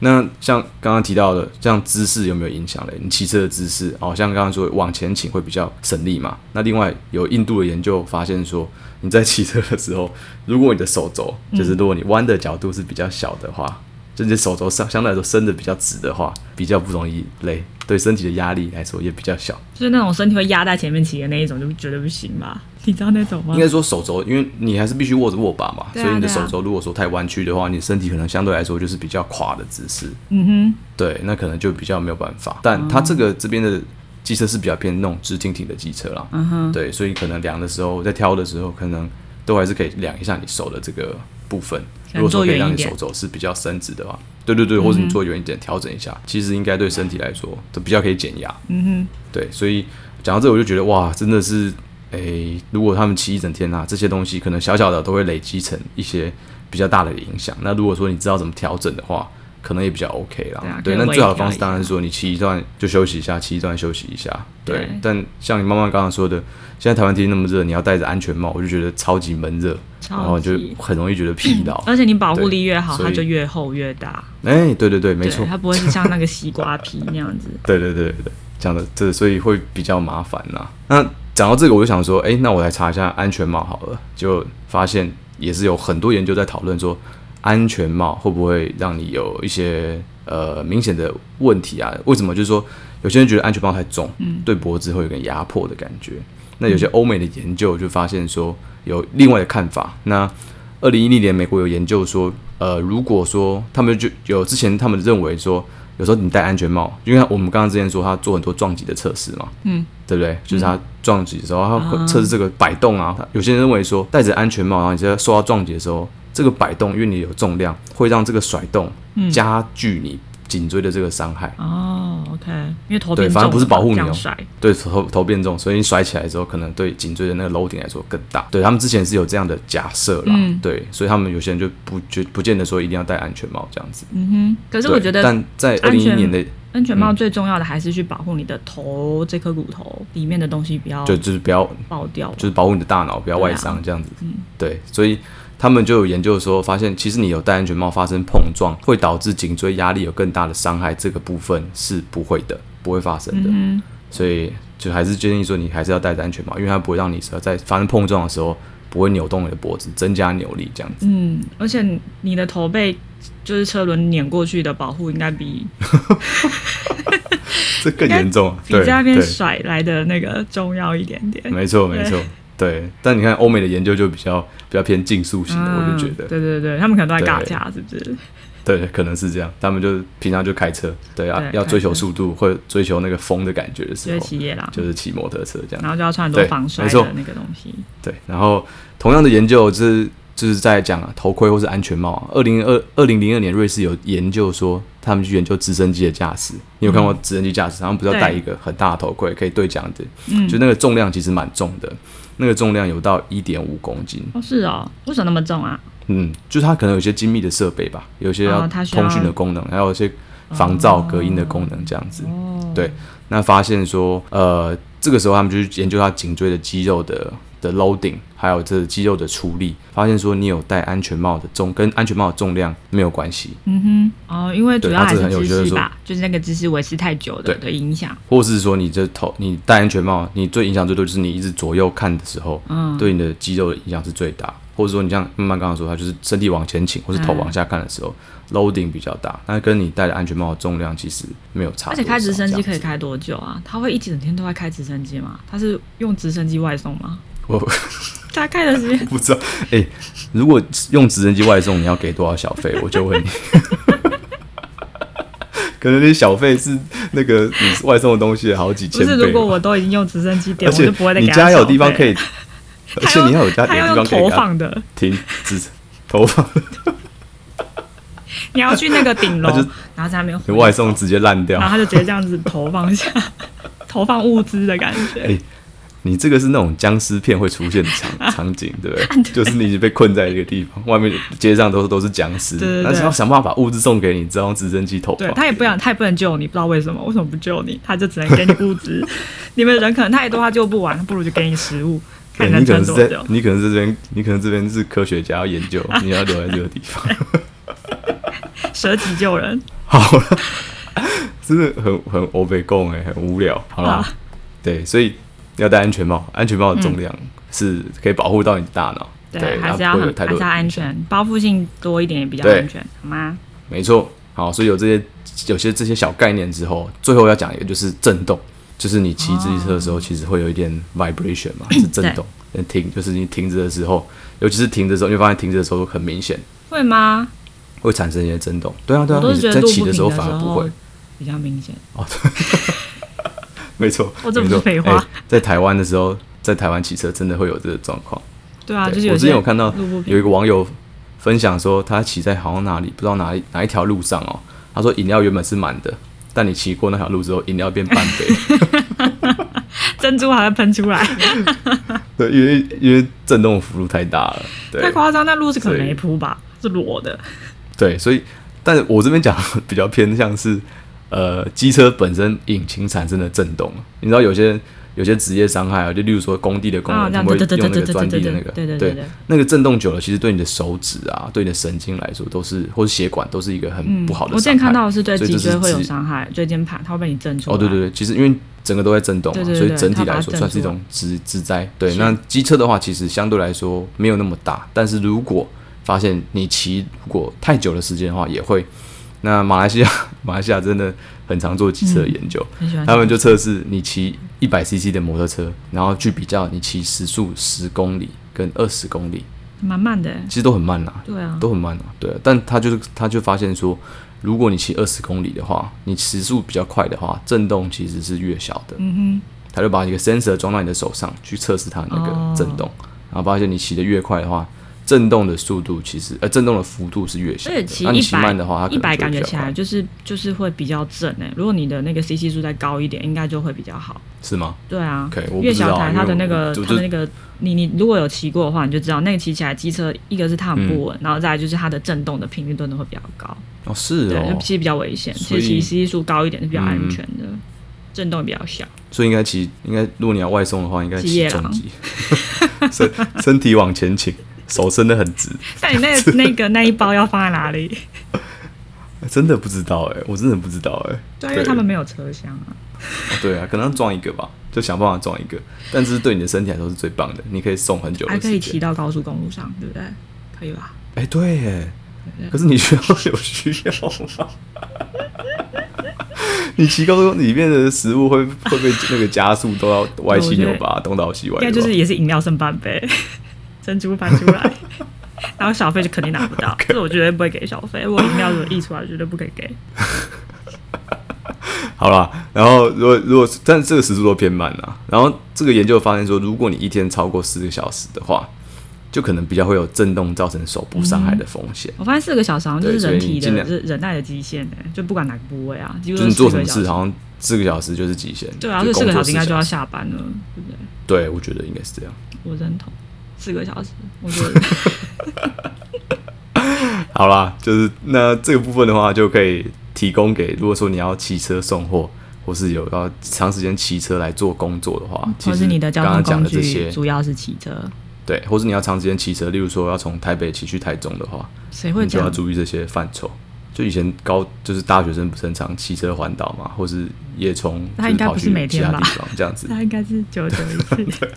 A: 那像刚刚提到的，像姿势有没有影响嘞？你骑车的姿势，哦，像刚刚说往前倾会比较省力嘛。那另外有印度的研究发现说，你在骑车的时候，如果你的手肘，就是如果你弯的角度是比较小的话， 就你的手肘上相对来说伸的比较直的话，比较不容易累，对身体的压力来说也比较小。
B: 就是那种身体会压在前面骑的那一种，就绝对不行吧？ 你知道那种吗
A: 应？该说手肘，因为你还是必须握着握把嘛，
B: 对啊
A: 所以你的
B: 对啊
A: 手肘如果说太弯曲的话，你身体可能相对来说就是比较垮的姿势。
B: 嗯哦
A: 对，那可能就比较没有办法。但它这个这边的机车是比较偏那种直挺挺的机车啦，
B: 哼，嗯哼，
A: 对，所以可能量的时候，在挑的时候，可能都还是可以量一下你手的这个部分。
B: 可
A: 如
B: 能
A: 果说可以
B: 坐远一
A: 让你
B: 点嗯
A: 手肘是比较伸直的话，对对对，或者你坐远一点调整一下，其实应该对身体来说都比较可以减压。
B: 嗯
A: 对，所以讲到这，我就觉得哇，真的是，诶、如果他们骑一整天啊，这些东西可能小小的都会累积成一些比较大的影响。那如果说你知道怎么调整的话，可能也比较 OK 啦。
B: 对啊
A: 对，
B: 可以
A: 那最好的
B: 微调
A: 方式
B: 一
A: 当然是说你骑一段就休息一下，骑一段休息一下。对，
B: 对
A: 但像你妈妈刚刚说的，现在台湾天气那么热，你要戴着安全帽，我就觉得超级闷热，
B: 超
A: 然后就
B: 级
A: 很容易觉得疲劳
B: 哼，。而且你保护力越好，
A: 对所
B: 它
A: 以
B: 就越厚越大，
A: 哎、对对对，没
B: 对，
A: 错，
B: 它不会是像那个西瓜皮那样 子。
A: 对对对对对，讲的这所以会比较麻烦呐、那讲到这个，我就想说，哎、那我来查一下安全帽好了，就发现也是有很多研究在讨论说，安全帽会不会让你有一些呃明显的问题啊？为什么？就是说有些人觉得安全帽太重，对脖子会有点压迫的感觉。那有些欧美的研究就发现说有另外的看法。那二零一零年，美国有研究说，呃，如果说他们就有之前他们认为说，有时候你戴安全帽，因为我们刚刚之前说他做很多撞击的测试嘛，
B: 嗯，
A: 对不对？就是他撞击的时候，他会
B: 啊
A: 测试这个摆动啊。有些人认为说，戴着安全帽，然后你在受到撞击的时候，这个摆动，因为你有重量，会让这个甩动加剧你颈椎的这个伤害。
B: 哦，OK，因为头
A: 对
B: 变重，
A: 反正不是保护你
B: 这
A: 哦
B: 样甩，
A: 对头头变重，所以你甩起来之后，可能对颈椎的那个楼顶来说更大。对他们之前是有这样的假设啦，
B: 嗯
A: 对，所以他们有些人就不就不见得说一定要戴安全帽这样子。
B: 嗯哼。可是我
A: 对
B: 觉得
A: 但嗯在二
B: 安
A: 零一
B: 全
A: 年的
B: 安全帽最重要的还是去保护你的头这颗骨头里面的东西不要
A: 就就是不要
B: 爆掉吧。
A: 就是保护你的大脑不
B: 啊
A: 要外伤这样子。
B: 嗯
A: 对，所以他们就有研究说，发现其实你有戴安全帽发生碰撞，会导致颈椎压力有更大的伤害，这个部分是不会的，不会发生的。
B: 嗯
A: 所以就还是建议说，你还是要戴着安全帽，因为它不会让你在发生碰撞的时候不会扭动你的脖子，增加扭力这样子。
B: 嗯，而且你的头被就是车轮碾过去的保护，应该比
A: 这更严重啊，
B: 比
A: 对
B: 在那边
A: 对
B: 甩来的那个重要一点点。
A: 没错
B: 对
A: 没错，对。但你看欧美的研究就比较比较偏竞速型的，我就觉得
B: 嗯对对对，他们可能都在尬
A: 对
B: 架，是不是？
A: 对，可能是这样。他们就平常就开车，对啊，
B: 对
A: 要
B: 开
A: 追求
B: 车
A: 速度或者追求那个风的感觉的时
B: 就
A: 候
B: 是，骑野狼，
A: 就是骑摩托车这
B: 然
A: 样。
B: 后就要穿很多
A: 对
B: 防摔
A: 没错
B: 的那个东西。
A: 对，然后同样的研究就是就是在讲啊，头盔或是安全帽、啊。二零二二零零二年，瑞士有研究说，他们去研究直升机的驾驶。你有看过直升机驾驶？他们不是要
B: 嗯对
A: 戴一个很大的头盔，可以对讲的，
B: 嗯
A: 就那个重量其实蛮重的，那个重量有到一点五公斤。
B: 哦，是哦，为什么那么重啊？
A: 嗯，就是它可能有一些精密的设备吧，有些要
B: 哦它需要
A: 通讯的功能，还有一些防噪隔音的功能这样子。
B: 哦，
A: 对，那发现说，呃，这个时候他们就去研究他颈椎的肌肉的的 loading，还有这肌肉的出力，发现说你有戴安全帽的重跟安全帽的重量没有关系，
B: 嗯哼，哦，因为主
A: 对
B: 要
A: 他
B: 还
A: 这个
B: 是
A: 很有
B: 姿
A: 就是
B: 势
A: 说
B: 吧，就是那个姿势维持太久的
A: 对
B: 的影响。
A: 或是说你这头你戴安全帽，你最影响最多就是你一直左右看的时候，
B: 嗯
A: 对你的肌肉的影响是最大。或者说你像慢慢刚刚说，它就是身体往前倾，或是头
B: 嗯
A: 往下看的时候、loading 比较大，那跟你戴的安全帽的重量其实没有差多
B: 而
A: 少。
B: 且开直升
A: 这
B: 机
A: 样
B: 可以
A: 子
B: 开多久啊？他会一整天都在开直升机吗？他是用直升机外送吗？
A: 我
B: 大概的时间
A: 不知道，哎、如果用直升机外送，你要给多少小费？我就问你。 可能那小费是那个你外送的东西的好几
B: 不
A: 千
B: 是，
A: 倍
B: 如果
A: 嘛，
B: 我都已经用直升机点，
A: 而
B: 我
A: 且
B: 就不会再给
A: 你
B: 他
A: 家有地方
B: 小
A: 可
B: 费，
A: 以，而
B: 他
A: 且
B: 要
A: 你要有家
B: 他
A: 有地
B: 要用
A: 方可以
B: 投
A: 给他
B: 放的，
A: 停止投放，
B: 你要去那个 顶楼
A: 他就，
B: 然后在那边
A: 你外送直接烂掉
B: 然后。他就直接这样子投放下， 投放物资的感觉。
A: 哎你这个是那种僵尸片会出现的场场景，对不对？
B: 啊对
A: 就是你已经被困在一个地方，外面街上都都是僵尸
B: 对对，对
A: 但是要想办法把物资送给你，只要用直升机哎投
B: 对
A: 放。
B: 他也不想，他也不能救你，不知道为什么，为什么不救你？他就只能给你物资， 你们人可能太多，他救不完，不如就给你食物，看
A: 对
B: 你能
A: 你可
B: 撑
A: 能是
B: 多
A: 在
B: 久，。啊
A: 你可能是这边，你可能这边是科学家要研究，你要留在这个地方。
B: 舍己救人，
A: 好了，真的很很欧北共哎，很无聊。好啦，
B: 好
A: 对，所以要戴安全帽，安全帽的重量是可以保护到你的大脑，
B: 嗯对，还是
A: 它
B: 要
A: 不会有
B: 很
A: 太
B: 还
A: 多
B: 是要
A: 的
B: 安
A: 影响。
B: 全，包覆性多一点也比较
A: 对
B: 安全，好吗？
A: 没错。好，所以有这些有些这些小概念之后，最后要讲一个就是震动，就是你骑自行车的
B: 哦
A: 时候，其实会有一点 vibration 嘛，是震动。但停就是你停着的时候，尤其是停着的时候，你会发现停着的时候很明显
B: 会吗？
A: 会产生一些震动。对啊，对
B: 我
A: 啊，
B: 都
A: 你
B: 是觉
A: 在
B: 得路
A: 骑
B: 不
A: 的
B: 平
A: 时候反而
B: 时
A: 不
B: 候
A: 会。哦
B: 比较明显。
A: 没错，
B: 我这不
A: 没
B: 是
A: 错
B: 废话
A: 哎在台湾的时候，在台湾骑车真的会有这个状况。
B: 对啊，
A: 对
B: 就是
A: 我之
B: 些
A: 前有看到
B: 路不平
A: 有一个网友分享说，他骑在好像哪里不知道哪里哪一条路上哦，他说饮料原本是满的，但你骑过那条路之后，饮料变半 杯，
B: 珍珠还会喷出来，
A: 对，因为因为震动幅度太大了， 对
B: 太夸张。那路是可
A: 所以
B: 没铺吧？是裸的，
A: 对，所以但我这边讲比较偏向是呃机车本身引擎产生的震动，你知道有些。有些职业伤害啊，就例如说工地的工
B: 啊
A: 人，
B: 这
A: 他
B: 样
A: 们会
B: 对对对
A: 用那个
B: 对对
A: 钻地的那
B: 对
A: 个，
B: 对对对对对
A: 那个震动久了，其实对你的手指啊，对你的神经来说，都是或是血管，都是一个很
B: 嗯，
A: 不好的伤害。
B: 我之前看到的是对
A: 所以这
B: 脊
A: 是
B: 椎会有
A: 指
B: 伤害，椎间盘它会被你震出来。
A: 哦，对对对，其实因为整个都在震动嘛，
B: 对对
A: 所
B: 对
A: 以整体
B: 它把
A: 来
B: 它
A: 说
B: 震
A: 算是一
B: 出来
A: 种植植灾。对，
B: 是
A: 那机车的话，其实相对来说没有那么大，但是如果发现你骑如果太久的时间的话，也会。那马来西亚， 马来西亚真的很常做机车的研究，
B: 嗯很喜欢
A: 他们就测试你骑一百 CC 的摩托车，然后去比较你骑时速十公里跟二十公里，
B: 蛮慢的欸，
A: 其实都很慢啦、
B: 对啊，
A: 都很慢啊，对啊。但他就是他就发现说，如果你骑二十公里的话，你时速比较快的话，震动其实是越小的。
B: 嗯
A: 他就把一个 sensor 装到你的手上去测试它那
B: 哦
A: 个震动，然后发现你骑得越快的话，震动的速度其实呃震动的幅度是越
B: 哼，
A: 小
B: 而
A: 的
B: 且。骑
A: 那你
B: 一
A: 骑
B: 百
A: 慢的话，它可
B: 一
A: 能
B: 百
A: 就会
B: 感觉
A: 比较
B: 起来
A: 快
B: 就是就是会比较正诶。如果你的那个 CC 数再高一点，应该就会比较好。
A: 是吗？
B: 对啊
A: OK，我不
B: 越
A: 知道
B: 小台它的那
A: 因为我
B: 个
A: 就
B: 它的那个，你你如果有骑过的话，你就知道那个骑起来机车，一个是它很
A: 嗯
B: 不稳，然后再来就是它的震动的频率真的会比较高，
A: 哦，是
B: 对，
A: 哦
B: 就，其实比较危险。
A: 所
B: 其
A: 以
B: 实骑 CC 数高一点是比较安
A: 嗯
B: 全的，震动也比 较小。
A: 所以应该骑，应该如果你要外送的话，应该
B: 骑
A: 骑
B: 野
A: 重
B: 狼
A: 机， 身身体往前倾，手伸得很直。
B: 那你那个那个那一包要放在哪 里？
A: 真的不知道哎、我真的不知道哎、
B: 对，因为他们没有车厢啊。
A: 哦 对啊，可能要撞一个吧，就想办法撞一个。但是对你的身体来说是最棒的，你可以送很久的
B: 还
A: 时
B: 可
A: 间。
B: 以骑到高速公路上，对不对？可以吧？
A: 哎、对耶，
B: 对啊
A: 可是你需要有需要吗？ 你骑高速公路里面的食物会会 被那个加速都要歪七扭八，东倒西歪
B: 应
A: 的吧。
B: 该就是也是饮料剩半杯， 珍珠翻出 来，然后小费就肯定拿不到，这我绝对不会给小费。我饮料如果溢出来，绝对不可以给。
A: 好啦，然后如果如果但这个时速都偏慢啦。然后这个研究发现说，如果你一天超过四个小时的话，就可能比较会有震动造成手部伤害的风险。
B: 我发现四个小时好像就是
A: 哎对所以
B: 人体
A: 你尽
B: 的
A: 量
B: 就是忍耐的极限哎、就不管哪个部位啊，几乎
A: 就
B: 都
A: 是你做什
B: 四
A: 么
B: 个小
A: 事，
B: 时。
A: 好像四个小时就是极限。
B: 对啊，
A: 就
B: 这四
A: 工
B: 个
A: 作
B: 小
A: 时
B: 时应该就要下班了，对不对？
A: 对，我觉得应该是这样。
B: 我认同，四 个小时，我觉得
A: 好啦，就是那这个部分的话，就可以提供给如果说你要骑车送货，或是有要长时间骑车来做工作的话，其
B: 嗯或
A: 实
B: 是你的
A: 刚
B: 交
A: 刚
B: 通
A: 讲的
B: 工
A: 这
B: 具
A: 些，
B: 主要是骑车，
A: 对，或是你要长时间骑车，例如说要从台北骑去台中的话，
B: 谁会
A: 你就
B: 这
A: 要
B: 样？
A: 注意这些范畴。就以前高就是大学生不是很常骑车环岛嘛，或是夜冲，
B: 那应该
A: 就是跑
B: 不是
A: 去
B: 每天
A: 其他
B: 吧
A: 地方这样子。
B: 他应该是久久一次。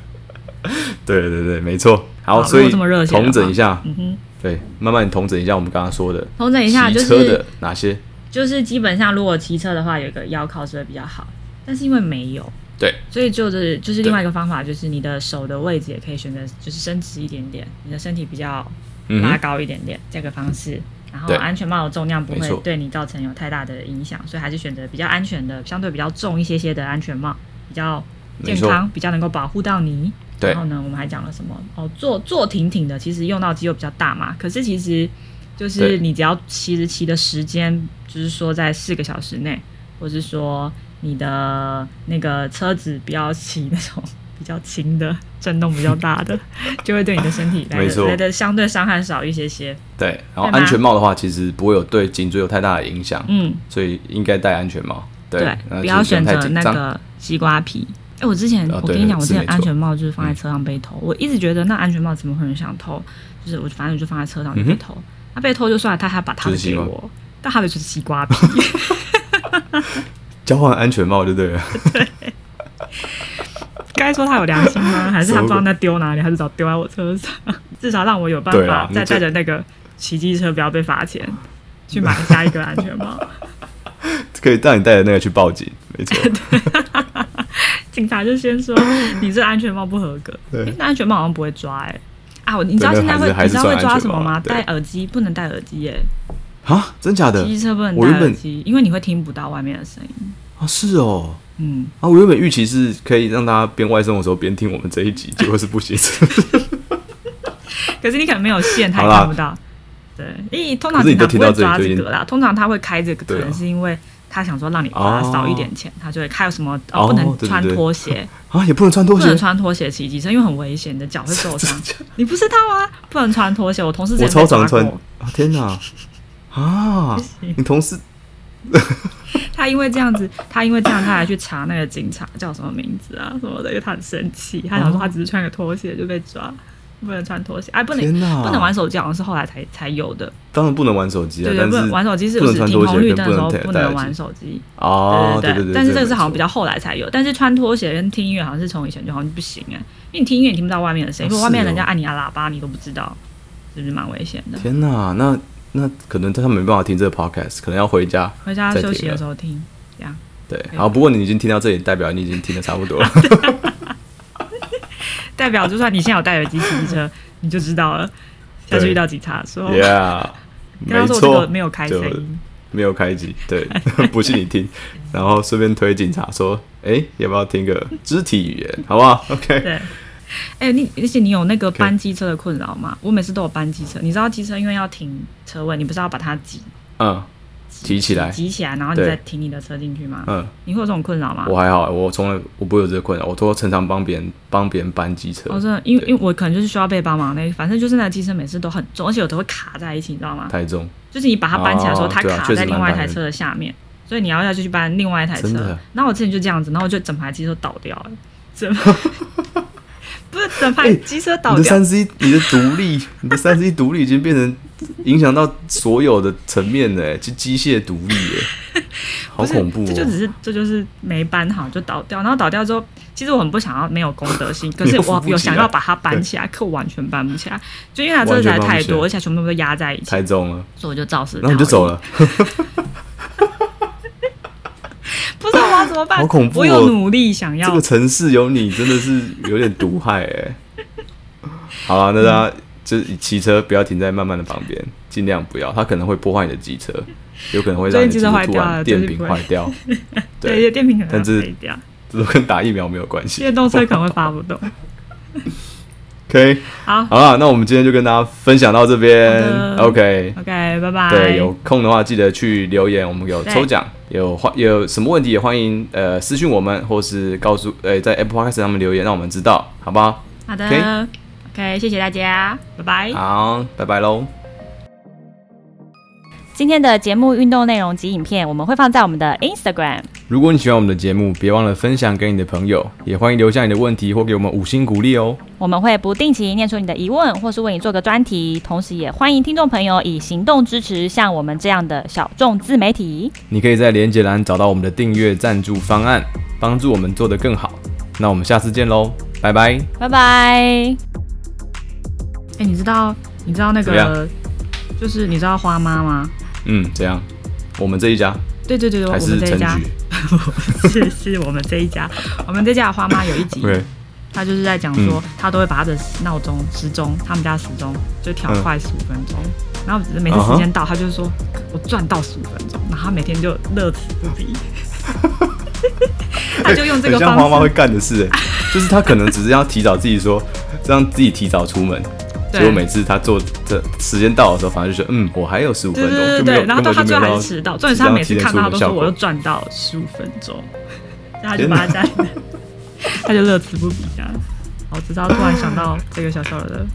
A: 对对对，没错。好，
B: 好
A: 所
B: 如果
A: 以
B: 这么热血的
A: 统整
B: 话
A: 一下，
B: 嗯哼，
A: 对，慢慢统整一下我们刚刚说的，
B: 统哦整一下就
A: 骑车的
B: 是
A: 哪些？
B: 就是基本上如果骑车的话，有一个腰靠是会比较好，但是因为没有，
A: 对，
B: 所以就是就是另外一个方法，就是你的手的位置也可以选择就是伸直一点点，你的身体比较
A: 嗯
B: 拉
A: 哼，
B: 高一点点、这个方式。然后
A: 对
B: 安全帽的重量不
A: 没
B: 会
A: 错
B: 对你造成有太大的影响，所以还是选择比较安全的，相对比较重一些些的安全帽，比较健
A: 没
B: 康，比较能够保护到你。
A: 对
B: 然后呢，我们还讲了什么？哦，坐坐挺挺的，其实用到肌肉比较大嘛。可是其实就是
A: 对
B: 你只要其实骑的时间，就是说在四个小时内，或是说你的那个车子不要骑那种 比较轻的、震动比较大的，就会对你的身体来
A: 没错
B: 的来的相对伤害少一些些。
A: 对。然后
B: 对吗
A: 安全帽的话，其实不会有对颈椎有太大的影响，
B: 嗯，
A: 所以应该戴安全帽。对
B: 对，，
A: 呃
B: 不要
A: 就是
B: 选
A: 用太
B: 择
A: 紧
B: 那
A: 张
B: 个西瓜皮。哎、我之前、
A: 啊
B: 我
A: 对
B: 跟你讲，我
A: 是
B: 之前
A: 没错嗯
B: 安全帽就是放在车上被偷，我一直觉得那安全帽怎么可能想偷？就是我反正我就放在车上就被偷，他、被偷就算了，他还把他的
A: 嗯就是西
B: 给
A: 瓜
B: 我，但他的就是西瓜皮。
A: 交换安全帽就对了。
B: 该说他有良 心吗？还是他不知
A: 什么
B: 道那丢哪里，还是早丢 在我车上？至少让我有办
A: 对啊
B: 法
A: 你
B: 再
A: 这
B: 带着那个骑机车不要被罚钱。去买下一个安全帽。
A: 可以让你带着那个去报警，没 错。
B: 警察就 先说你这安全帽不合格，
A: 对
B: 诶那安全帽好像不会抓哎、啊，我你知道
A: 对
B: 现
A: 那
B: 在会
A: 还
B: 你
A: 是
B: 知道会
A: 还是算
B: 抓
A: 安
B: 什
A: 全
B: 么
A: 帽
B: 吗？
A: 对
B: 戴耳机不能戴耳机耶、
A: 啊，真假的
B: 机车不能
A: 我
B: 戴
A: 原
B: 耳
A: 本
B: 机，因为你会听不到外面的声音。
A: 啊？是哦，
B: 嗯，
A: 啊，我原本预期是可以让大家边外送的时候边听我们这一 集，结果是不行。
B: 可是你可能没有线，他也
A: 好啦
B: 看不到。对，因为通常
A: 可是你都
B: 警察不
A: 听到
B: 会
A: 这里
B: 抓
A: 就
B: 这
A: 已经
B: 个啦，通常他会开这个，可
A: 对啊
B: 能是因为他想说让你花
A: 哦
B: 少一点钱，他就会开有什么哦
A: 哦
B: 不能
A: 对对
B: 穿
A: 对
B: 拖鞋，
A: 啊，也不能穿拖
B: 不
A: 鞋
B: 能，穿拖鞋骑机车，因为很危险，你的脚会受 伤。你不知道啊，不能穿拖鞋。我同事之
A: 我
B: 前
A: 超
B: 被抓
A: 常穿
B: 过
A: 啊！天哪， 啊，你同事
B: 他因为这样子，他因为这样，他还去查那个警察叫什么名字啊什么的，因为他很生气，他想说他只是穿个拖鞋就被抓，不能穿拖鞋，哎，不能
A: 天哪
B: 不能玩手机，好像是后来才才有的，
A: 当然不能玩手机啊
B: 对，对，
A: 但
B: 不能
A: 是
B: 玩手机是
A: 不能
B: 是
A: 穿
B: 停
A: 拖
B: 红绿
A: 鞋，
B: 灯
A: 跟
B: 的时候
A: 能戴
B: 不
A: 戴
B: 能
A: 耳
B: 玩
A: 机
B: 手机，
A: 哦，对
B: 对
A: 对，
B: 但是这个
A: 没
B: 是好像
A: 错
B: 比较后来才有，但是穿拖鞋跟听音乐好像是从以前就好像不行哎、因为你听音乐你听不到外面的声音，
A: 哦
B: 如果外面
A: 是哦
B: 人家按你的喇叭你都不知道，是不是蛮危险的？
A: 天哪，那那可能他们没办法听这个 podcast，可能要回家。
B: 回家
A: 再
B: 休息
A: 停
B: 的
A: 了
B: 时候听，这样
A: 对，好，不过你已经听到这里，代表你已经听的差不 多了。
B: 代表就算你现在有戴耳机骑机 车，你就知道了。下次
A: 对
B: 遇到警察的时候，
A: yeah，没
B: 跟他说我这
A: 错
B: 个，没有开
A: 就
B: 声音，
A: 没有开机，对， 不信你听，然后顺便推警察说，哎、要不要听个肢体语言，好不 好？OK，
B: 对。哎、你而且你有那个搬机车的困扰吗？我每次都有搬机车，你知道机车因为要停车位，你不是要把它挤
A: 嗯，提起来，
B: 挤起来，然后你
A: 对
B: 再停你的车进去吗？
A: 嗯，
B: 你会有这种困扰吗？
A: 我还好，我从来我不会有这个困扰，我都常常帮别人帮别人搬机车，
B: 哦，真的，因为
A: 对
B: 因为我可能就是需要被帮忙那，反正就是那机车每次都很重，而且有的会卡在一起，你知道吗？
A: 台中，
B: 就是你把它搬起来的时候，
A: 哦
B: 它
A: 对啊
B: 卡
A: 确实
B: 在另
A: 蛮
B: 外一
A: 烦
B: 台
A: 的
B: 车的下面，所以你要下去去搬另外一台车
A: 真的。
B: 然后我之前就这样子，然后我就整排机车倒掉了， 整排不是整排
A: 哎
B: 机车倒
A: 你的
B: 掉，
A: 三 C，你的独立，你的三 C 独立已经变成影响到所有的层面了，哎就机械独立， 哎，好
B: 不是
A: 恐怖
B: 这就
A: 哦
B: 只。是这就是没搬好就倒掉，然后倒掉之后，其实我很不想要没有公 德心，可
A: 你
B: 是
A: 又扶
B: 我
A: 不
B: 有
A: 起
B: 想
A: 来
B: 要把它搬起来，可我完全搬不起来，就因为它
A: 完
B: 真的
A: 全
B: 实在
A: 搬不
B: 太
A: 起
B: 多，
A: 来
B: 而且全部都压在一起，
A: 太重了，
B: 所以我就肇事。
A: 然后你就走，了，
B: 不知道我要怎么办，
A: 好恐怖
B: 我
A: 哦
B: 有努力想
A: 这
B: 要
A: 个城市有你真的是有点毒害 哎、好了，那大家就是骑车不要停在慢慢的旁边，尽量不要，它可能会破坏你的机车，有可能会让你的
B: 最近
A: 机
B: 机车
A: 车
B: 坏
A: 突
B: 掉了
A: 然电
B: 最近
A: 瓶
B: 不会
A: 坏掉。
B: 对，有
A: 对，
B: 电瓶可能
A: 但
B: 要
A: 是
B: 废掉，
A: 这都跟打疫苗没有关系
B: 电。动车可能会发不动。
A: OK，
B: 好
A: 好了，那我们今天就跟大家分享到这边。
B: 好的
A: OK，
B: ，OK，拜拜。
A: 对，有空的话记得去留言，我们有
B: 对
A: 抽奖，有欢有什么问题也欢迎呃私讯我们，或是告诉呃在 Apple Podcast 上面留言，让我们知道，好不好？
B: 好的，OK，谢谢大家，拜拜。
A: 好，拜拜喽。
C: 今天的节目运动内容及影片，我们会放在我们的 Instagram。
A: 如果你喜欢我们的节目，别忘了分享给你的朋友，也欢迎留下你的问题或给我们五星鼓励哦。
C: 我们会不定期念出你的疑问，或是为你做个专题，同时也欢迎听众朋友以行动支持像我们这样的小众自媒体。
A: 你可以在连接栏找到我们的订阅赞助方案，帮助我们做得更好。那我们下次见喽，拜拜。
C: 拜拜。
B: 哎、你知道你知道那
A: 怎么
B: 个
A: 样
B: 就是你知道花妈吗？
A: 嗯，怎样？我们这一家
B: 对对对，对我
A: 还
B: 们
A: 是
B: 这一
A: 陈
B: 家
A: 局
B: 是是我们这一家，我们这家的花妈有一 集，
A: ？OK，
B: 她就是在讲说，
A: 嗯
B: 她都会把她的闹钟时钟，他们家时钟就调
A: 嗯
B: 快十五分钟，然后只是每次时间到，她就说我赚到十五分钟，然后她每天就乐此不 疲，她就用这个
A: 很像
B: 方
A: 花妈会
B: 式，
A: 干的事、哎，就是她可能只是要提早自己说，让自己提早出门。结果每次她做这时间到的时候，反而就觉得嗯，我还有十五分
B: 对
A: 钟，
B: 对对
A: 就没有
B: 对，然后到
A: 根
B: 他
A: 本
B: 最
A: 就
B: 后
A: 没
B: 还
A: 有
B: 是
A: 到
B: 迟到，重点是他每次看到他都说我又
A: 要
B: 赚到十五分 钟，然后他就把他家里面，他就乐此不疲这样。我知道，突然想到这个小小的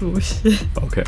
B: 故事。
A: OK。